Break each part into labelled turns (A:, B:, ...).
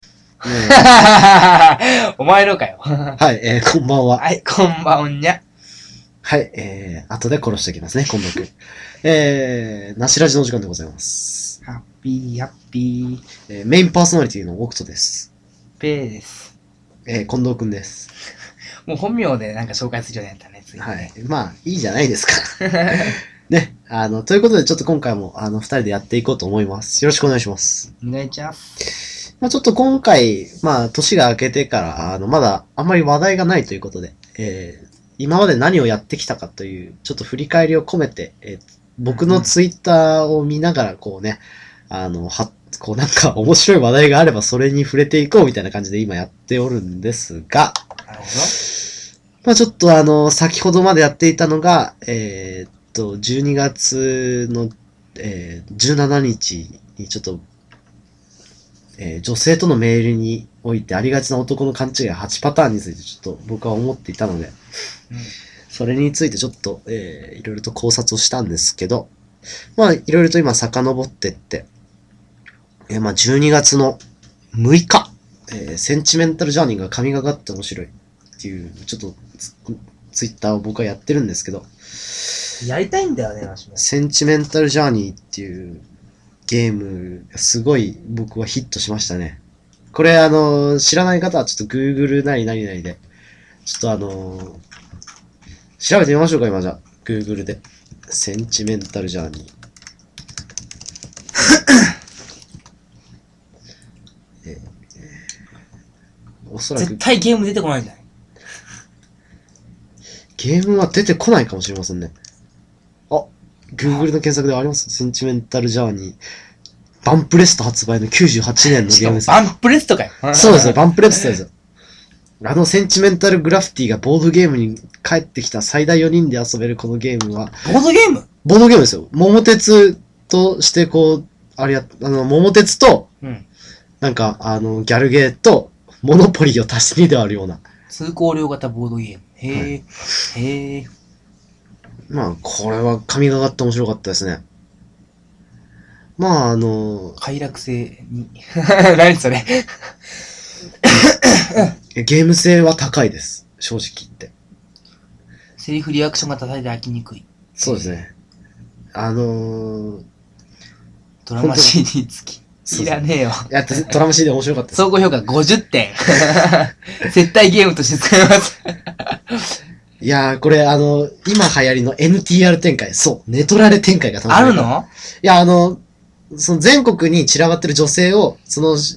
A: お前のかよ。
B: はい、えー、こんばんは。
A: はい、こんばんにゃ。
B: はい、えー、後で殺しておきますね、今度くん。えー、なしラジの時間でございます。
A: ハッピー、ハッピー、
B: えー、メインパーソナリティのオクトです。
A: ペーです。
B: えー、近藤くんです。
A: もう本名でなんか紹介するようになったね、ついに
B: はい。まあ、いいじゃないですか。ね。あの、ということで、ちょっと今回も、あの、二人でやっていこうと思います。よろしくお願いします。
A: お願いします。
B: まあ、ちょっと今回、まあ、年が明けてから、あの、まだ、あんまり話題がないということで、えー、今まで何をやってきたかという、ちょっと振り返りを込めて、えー僕のツイッターを見ながら、こうね、あの、は、こうなんか面白い話題があればそれに触れていこうみたいな感じで今やっておるんですが、
A: なるほ
B: まあちょっとあの、先ほどまでやっていたのが、えーっと、12月の、えー17日にちょっと、えー女性とのメールにおいてありがちな男の勘違い8パターンについてちょっと僕は思っていたので、
A: ど。うん
B: それについてちょっと、えーいろいろと考察をしたんですけど、まあいろいろと今遡ってって、えーまあ12月の6日、えーセンチメンタルジャーニーが神がかって面白いっていう、ちょっとツツイッターを僕はやってるんですけど、
A: やりたいんだよね、わしも。
B: センチメンタルジャーニーっていうゲーム、すごい僕はヒットしましたね。これあの、知らない方はちょっと Google なりなりなりで、ちょっとあの、調べてみましょうか、今じゃあ。Google で。センチメンタルジャーニー。えーおそら
A: 絶
B: く
A: 対ゲーム出てこないんじゃない
B: ゲームは出てこないかもしれませんね。あ、Google の検索ではあります。センチメンタルジャーニー。バンプレスト発売の98年の
A: し
B: ゲーム
A: かも
B: です。
A: バンプレスとかよ。
B: そうですよ、バンプレストですよ。あのセンチメンタルグラフィティがボードゲームに帰ってきた最大4人で遊べるこのゲームは、
A: ボードゲーム
B: ボードゲームですよ。桃鉄としてこう、あれや、あの、桃鉄と、
A: うん。
B: なんか、あの、ギャルゲーと、モノポリーを足しにであるような。
A: 通行量型ボードゲーム。へえ、へえ。
B: まあ、これは神がかって面白かったですね。まあ、あの、
A: 快楽性に。 何それ。
B: ゲーム性は高いです。正直言って。
A: セリフリアクションが叩いて飽きにくい。
B: そうですね。あのー、
A: ドラマ CD 付き。
B: そう
A: いらねえよ。
B: やって、ドラマ CD 面白かったです。
A: 総合評価50点。 絶対ゲームとして使えます。
B: いやー、これあの今流行りの NTR 展開。そう、ネトラレ展開が楽しみ
A: あるの
B: いや、あの、その全国に散らばってる女性を、その12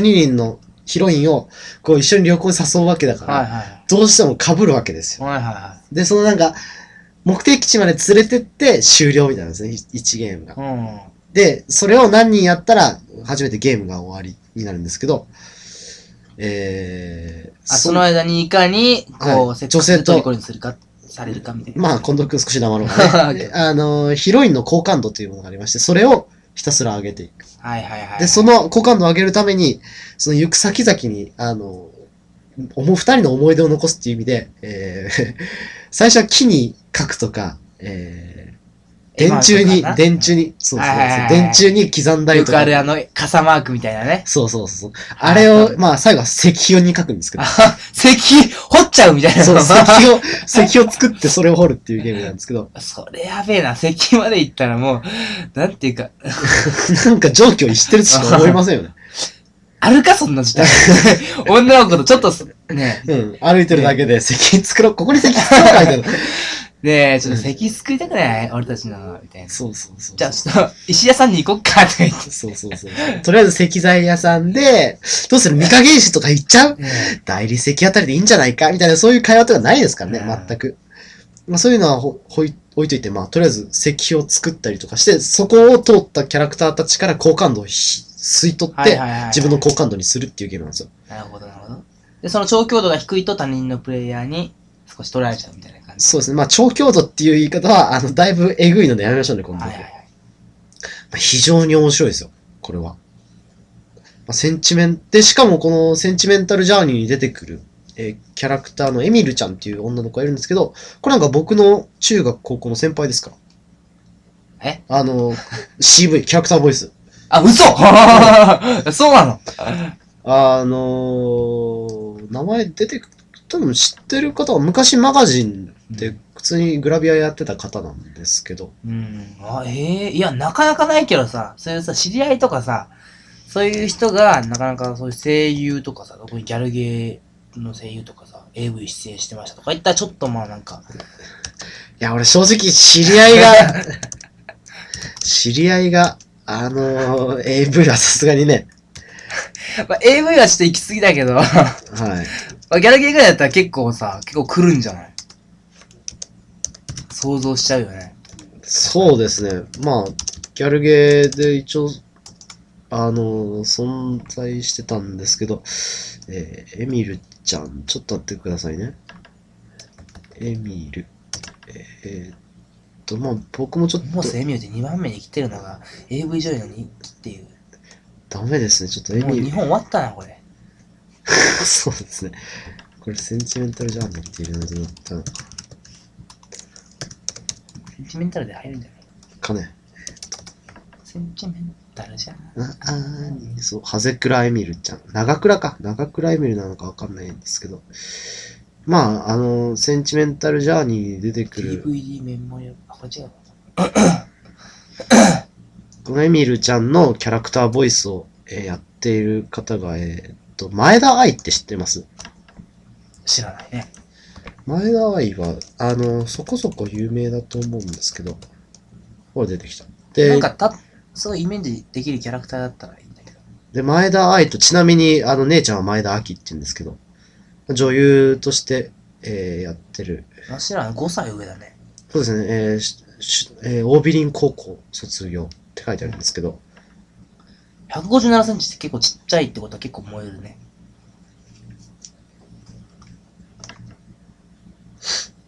B: 人のヒロインを、こう一緒に旅行に誘うわけだから、
A: はいはい。
B: どうしても被るわけですよ。
A: はいはいは
B: で、そのなんか、目的地まで連れてって終了みたいなんですね、1ゲームが。
A: い。
B: で、それを何人やったら、初めてゲームが終わりになるんですけど、えー、
A: あその間にいかに、こ
B: は
A: う、
B: い
A: セック
B: 女性
A: ス
B: と
A: でトリコにするか、されるかみたいな。
B: まあ、近藤くん少し黙ろう かね。
A: Okay
B: であの、ヒロインの好感度というものがありまして、それをひたすら上げていく。
A: はいはいはい。
B: で、そ
A: の、
B: の好感度を上げるために、その行く先々に、あの、おも、二人の思い出を残すっていう意味で、えー 最初は木に書くとか、えー電柱に、電柱に、そうそう
A: はいはい
B: そ
A: は
B: う、
A: い
B: 電柱に刻んだり
A: よ
B: と
A: く
B: か
A: あ。るあの、傘マークみたいなね。
B: そうそうそう。あれを、まあ、最後は石碑に書くんですけ
A: あ
B: ど、
A: は石、掘っちゃうみたいな。
B: そう、石碑を、石碑を作ってそれを掘るっていうゲームなんですけど、
A: それやべえな。石まで行ったらもう、なんていうか、
B: なんか上記を逸してるとしか思いませんよ ね。
A: あるか、そんな 時代。女の子とちょっとす、ね
B: うん。歩いてるだけで、石碑作ろう、ここに石碑作ろうかみたいな。
A: え、ねえ、ちょっと石作りたくない俺たちの、みたいな。
B: そうそうそう。
A: じゃあ、ちょっと、石屋さんに行こっか、とか言って。
B: そうそうそう。とりあえず石材屋さんで、どうする御影石とか行っちゃう
A: ね
B: 大理石あたりでいいんじゃないかみたいな、そういう会話とかないですから
A: う
B: ね
A: ん、
B: 全く。まあそういうのはほほい置いといて、まあとりあえず石碑を作ったりとかして、そこを通ったキャラクターたちから好感度をひ吸い取っ
A: はい
B: て
A: は、いはい。
B: 自分の好感度にするっていうゲームなんですよ。
A: なるほど、なるほど。で、その調教度が低いと他人のプレイヤーに少し取られちゃうみたいな感じ。
B: そうですね。まあ超強度っていう言い方は、あの、だいぶえぐいのでやめましょうね、今度。
A: はいはいはい。
B: まあ非常に面白いですよ、これは。まあ、センチメン、で、しかもこのセンチメンタルジャーニーに出てくる、えーキャラクターのエミルちゃんっていう女の子がいるんですけど、これなんか僕の中学高校の先輩ですから。
A: え
B: あの、CV、キャラクターボイス。
A: あ、嘘そうなの
B: あのー名前出てく、多分知ってる方は昔マガジンで普通にグラビアやってた方なんですけど、
A: うん。あ、ええいや、なかなかないけどさ、そういうさ、知り合いとかさ、そういう人が、なかなかそういう声優とかさ、特にギャルゲーの声優とかさ、AV 出演してましたとか言ったら、ちょっとまあなんか、
B: いや、俺正直知り合いが、知り合いが、あのー、AV はさすがにね、
A: まあ、AV はちょっと行き過ぎだけど、ま
B: はい。
A: あギャルゲーぐらいだったら結構さ、結構来るんじゃない想像しちゃうよね。
B: そうですね。まあ、ギャルゲーで一応、あの、存在してたんですけど、えーエミルちゃん、ちょっと待ってくださいね。エミル。えーっと、まあ、僕もちょっ
A: もう
B: と、
A: セミューで2番目に来てるのが、AV 女優の人気っていう。
B: ダメですね。ちょっとエ
A: もう
B: ミ
A: 日
B: ル。
A: 本終わったな、これ。
B: そうですね。これ、センチメンタルジャーナルっていうのになったの
A: センチメンタルで入るんじゃない
B: かね。
A: センチメンタルじゃん。
B: なあーにそう、ハゼクラエミルちゃん。長倉か。長倉エミルなのかわかんないんですけど。まあ、あの、センチメンタルジャーニーに出てくる、
A: DVD メモリあ、これ違うわ。
B: このエミルちゃんのキャラクターボイスを、えーやっている方が、えーっと、前田愛って知ってます
A: 知らないね。
B: 前田愛は、あの、そこそこ有名だと思うんですけど、ほら出てきた。で、
A: なんかた、そうイメージできるキャラクターだったらいいんだけど。
B: で、前田愛と、ちなみに、あの、姉ちゃんは前田愛って言うんですけど、女優として、えーやってる
A: わしら5歳上だね。
B: そうですね、えーししえーオービリン高校卒業って書いてあるんですけど、
A: 157センチって結構ちっちゃいってことは結構燃えるね。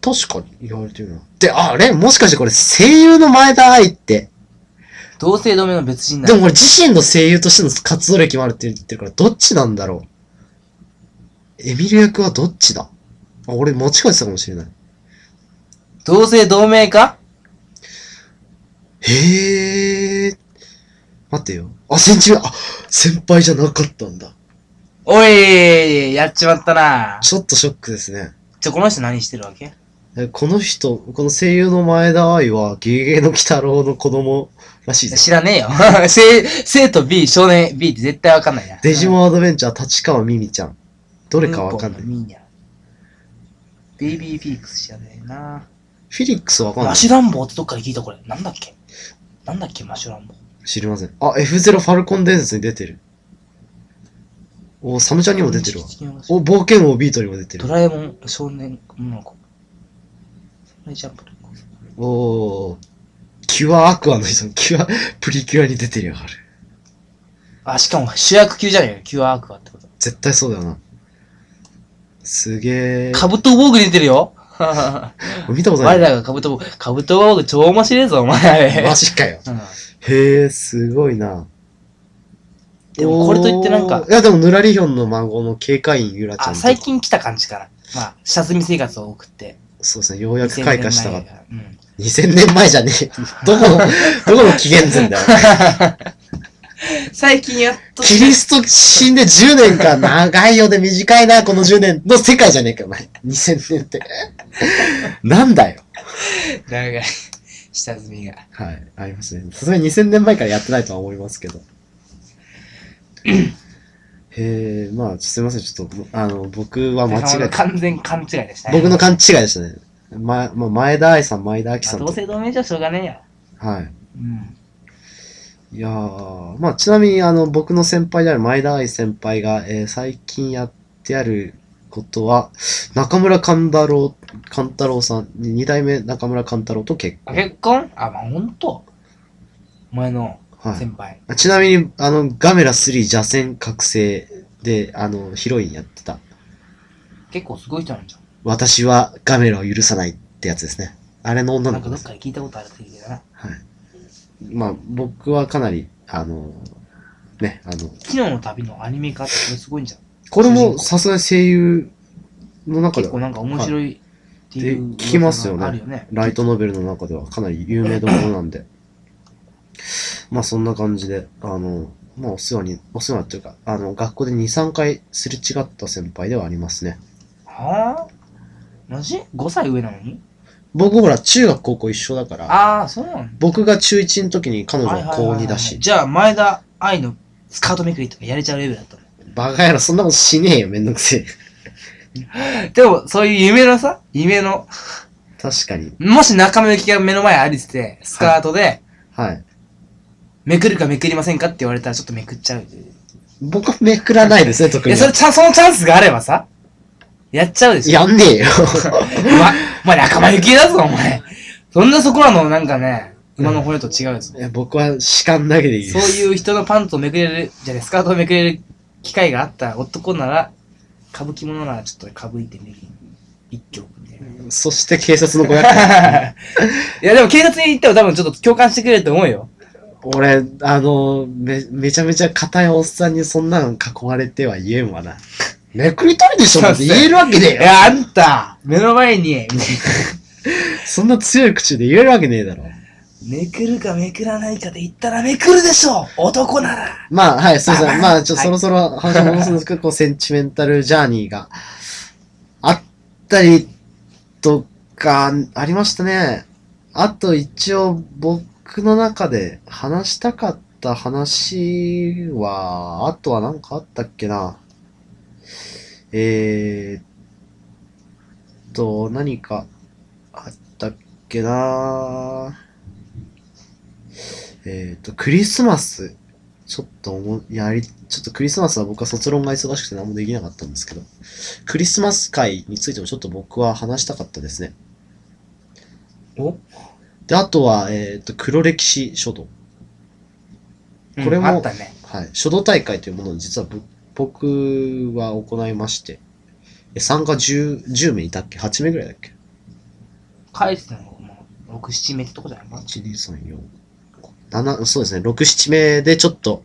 B: 確かに言われてるな。で、あれもしかしてこれ声優の前田愛って、
A: 同姓同名の別人だ。
B: でも俺自身の声優としての活動歴もあるって言ってるから、どっちなんだろうエミル役はどっちだあ俺間違えてたかもしれない。
A: 同姓同名か
B: へえ。ー。待てよ。あ、先輩、あ、先輩じゃなかったんだ。
A: おい、やっちまったな。
B: ちょっとショックですね。
A: ちょ、この人何してるわけ
B: えこの人、この声優の前田愛は、ゲゲゲの鬼太郎の子供らしいです。
A: 知らねえよ。 生、生徒 B、少年 B って絶対わかんないや。
B: デジモンアドベンチャー、立川ミミちゃん。どれかわかんない。
A: う
B: フ
A: ぽのミーニャベイビーフィリックス知らねえな。
B: ィリックスわかんな
A: マ
B: い。
A: シュランボーってどっかで聞いたこれ。なんだっけなんだっけマシュランボー。
B: 知りません。あ、F0 ファルコン伝説に出てる。お、サムちゃんにも出てるわ。お、冒険王ビートにも出てる
A: ド。ラえもん少年女の子。サムライジャンプの子
B: おー。キュアアクアの人、キュア、プリキュアに出てるよ、あれ。
A: あ、しかも主役級じゃねえよ。キュアアクアってこと。
B: 絶対そうだよな。すげ
A: カ
B: ー。
A: ブトウォーグ出て るよ。我
B: 見たことない。
A: らがカブトウォーグ。カブトウォーグ超面白いぞ、お前。
B: マジかよ。
A: うん
B: へえ、すごいな。
A: でもこれといってなん
B: お
A: か
B: ー、いや、でも、ぬらりひょんの孫の警戒員ゆらちゃんと
A: あ、最近来た感じかな。まあ、下積み生活を送って。
B: そうですね、ようやく開花した
A: 2000
B: が
A: 年。前うん。
B: 2000年前じゃねえ。 どこの、どこの紀元前だよ。
A: 最近やっと。
B: キ リスト死んで10年か。長いよで短いな、この10年の世界じゃねえか、お前。2000年 って。なんだよ。
A: 長い。下積みが。
B: はい、ありますね。さすがに2000年前からやってないとは思いますけど。 へえ、まあ、すいません、ちょっと、あの、僕は間違えた。
A: 完全勘違いでしたね。
B: 僕の勘違いでしたね。ま、まあ、前田愛さん、前田明
A: まあ
B: さん
A: 同
B: と。
A: 姓同名じゃしょうがねえや。
B: はい。
A: うん。
B: いやー、まあ、ちなみに、あの、僕の先輩である前田愛先輩が、えー最近やってあることは、中村勘太郎、勘太郎さん、二代目中村勘太郎と結
A: あ
B: 婚。
A: 結婚あ、まあ、ほんと。お前の
B: は
A: 先輩。
B: い。ちなみに、あの、ガメラ3邪戦覚醒で、あの、ヒロインやってた、
A: 結構すごい人なんじゃん。
B: 私はガメラを許さないってやつですね。あれの女の
A: なん
B: 子で
A: かどっ
B: す。
A: かで聞いたことあるって言うけどな。
B: はい。まあ、僕はかなり、あの、ね、あの、
A: 昨日の旅のアニメ化ってこれすごいんじゃん。
B: これもさすがに声優の中で
A: 結構
B: は、
A: なんか面白いってい
B: で聞
A: う、
B: きますよね
A: あるよね。
B: ライトノベルの中ではかなり有名どころなんで、まあそんな感じで、あの、まあ、お世話に、お世話っていうか、あの、学校で2、3回すれ違った先輩ではありますね。
A: はぁマジ ?5 歳上なのに
B: 僕ほら、中学、高校一緒だから、
A: ああ、そうなの
B: 僕が中1の時に彼女は高2だし、
A: じゃあ、前田愛のスカートめくりとかやれちゃうレベルだったの。
B: バカ野郎、そんなことしねえよ、めんどくせえ。
A: でも、そういう夢のさ、夢の、
B: 確かに。
A: もし中目のきが目の前歩いてて、スカートで、
B: はい。
A: めくるかめくりませんかって言われたらちょっとめくっちゃう。
B: 僕はめくらないですね、特
A: い
B: に
A: や、それ、
B: は。
A: ちゃそのチャンスがあればさ、やっちゃうでしょ。
B: やんねえよ。
A: お前、お前仲間由紀恵だぞ、お前。そんなそこらのなんかね、馬の骨と違うぞ。
B: いや僕は主観だけでいいです。
A: そういう人のパンツをめくれる、じゃね、スカートをめくれる機会があった男なら、歌舞伎者ならちょっと歌舞いてみる。一挙みたいな。
B: そして警察の子役。
A: いや、でも警察に行っても多分ちょっと共感してくれると思うよ。
B: 俺、あの、め、めちゃめちゃ硬いおっさんにそんなの囲われては言えんわな。めくりたいでしょなんて言えるわけね
A: い
B: えよ。
A: や、あんた、目の前に、
B: そんな強い口で言えるわけねえだろ。
A: めくるかめくらないかで言ったらめくるでしょ男なら
B: まあ、 はい、すいません。まあ、ちょ、
A: はい
B: そろそろ話戻すんですけど、こう、センチメンタルジャーニーがあったりとか、ありましたね。あと、一応、僕の中で話したかった話は、あとは何かあったっけな。えーっと、何かあったっけな。えーっと、クリスマス。ちょっと思う、やり、ちょっとクリスマスは僕は卒論が忙しくて何もできなかったんですけど、クリスマス会についてもちょっと僕は話したかったですね。
A: おこ
B: で、あとは、えっ、と、黒歴史書道。これも
A: あったね。
B: はい。書道大会というものを実はぶ僕は行いまして、え参加 10, 10名いたっけ ?8 名ぐらいだっけ
A: 返すのも、6、7名ってとこじゃないか
B: ?1、2、3、4、7、そうですね、6、7名でちょっと、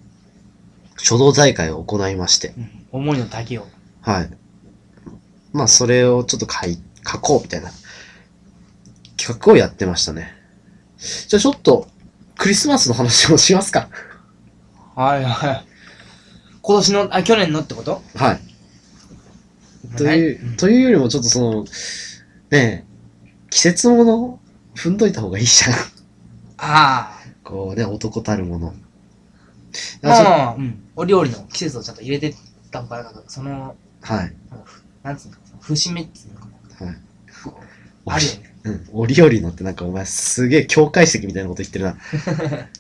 B: 書道大会を行いまして、
A: うん。思いの丈を。
B: はい。まあ、それをちょっと書い、書こうみたいな企画をやってましたね。じゃあちょっと、クリスマスの話をしますか。
A: はいはい。今年の、あ、去年のってこと
B: はい。という、
A: ん
B: というよりもちょっとその、ねえ、季節もの、踏んどいた方がいいじゃん。
A: あ
B: こうね、男たるもの。
A: あ。
B: だからちょ
A: まあ、うん。お料理の季節をちゃんと入れてった方が、なんかその、
B: はい。
A: なんつうのかな、節目っていうのかな。
B: はい。
A: こうあるよね。
B: うん、折々のってなんかお前すげえ境界石みたいなこと言ってるな。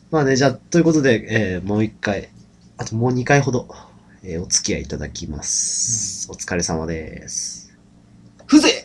B: まあね、じゃあ、ということで、えーもう一回、あともう二回ほど、えーお付き合いいただきます。お疲れ様です。
A: 風情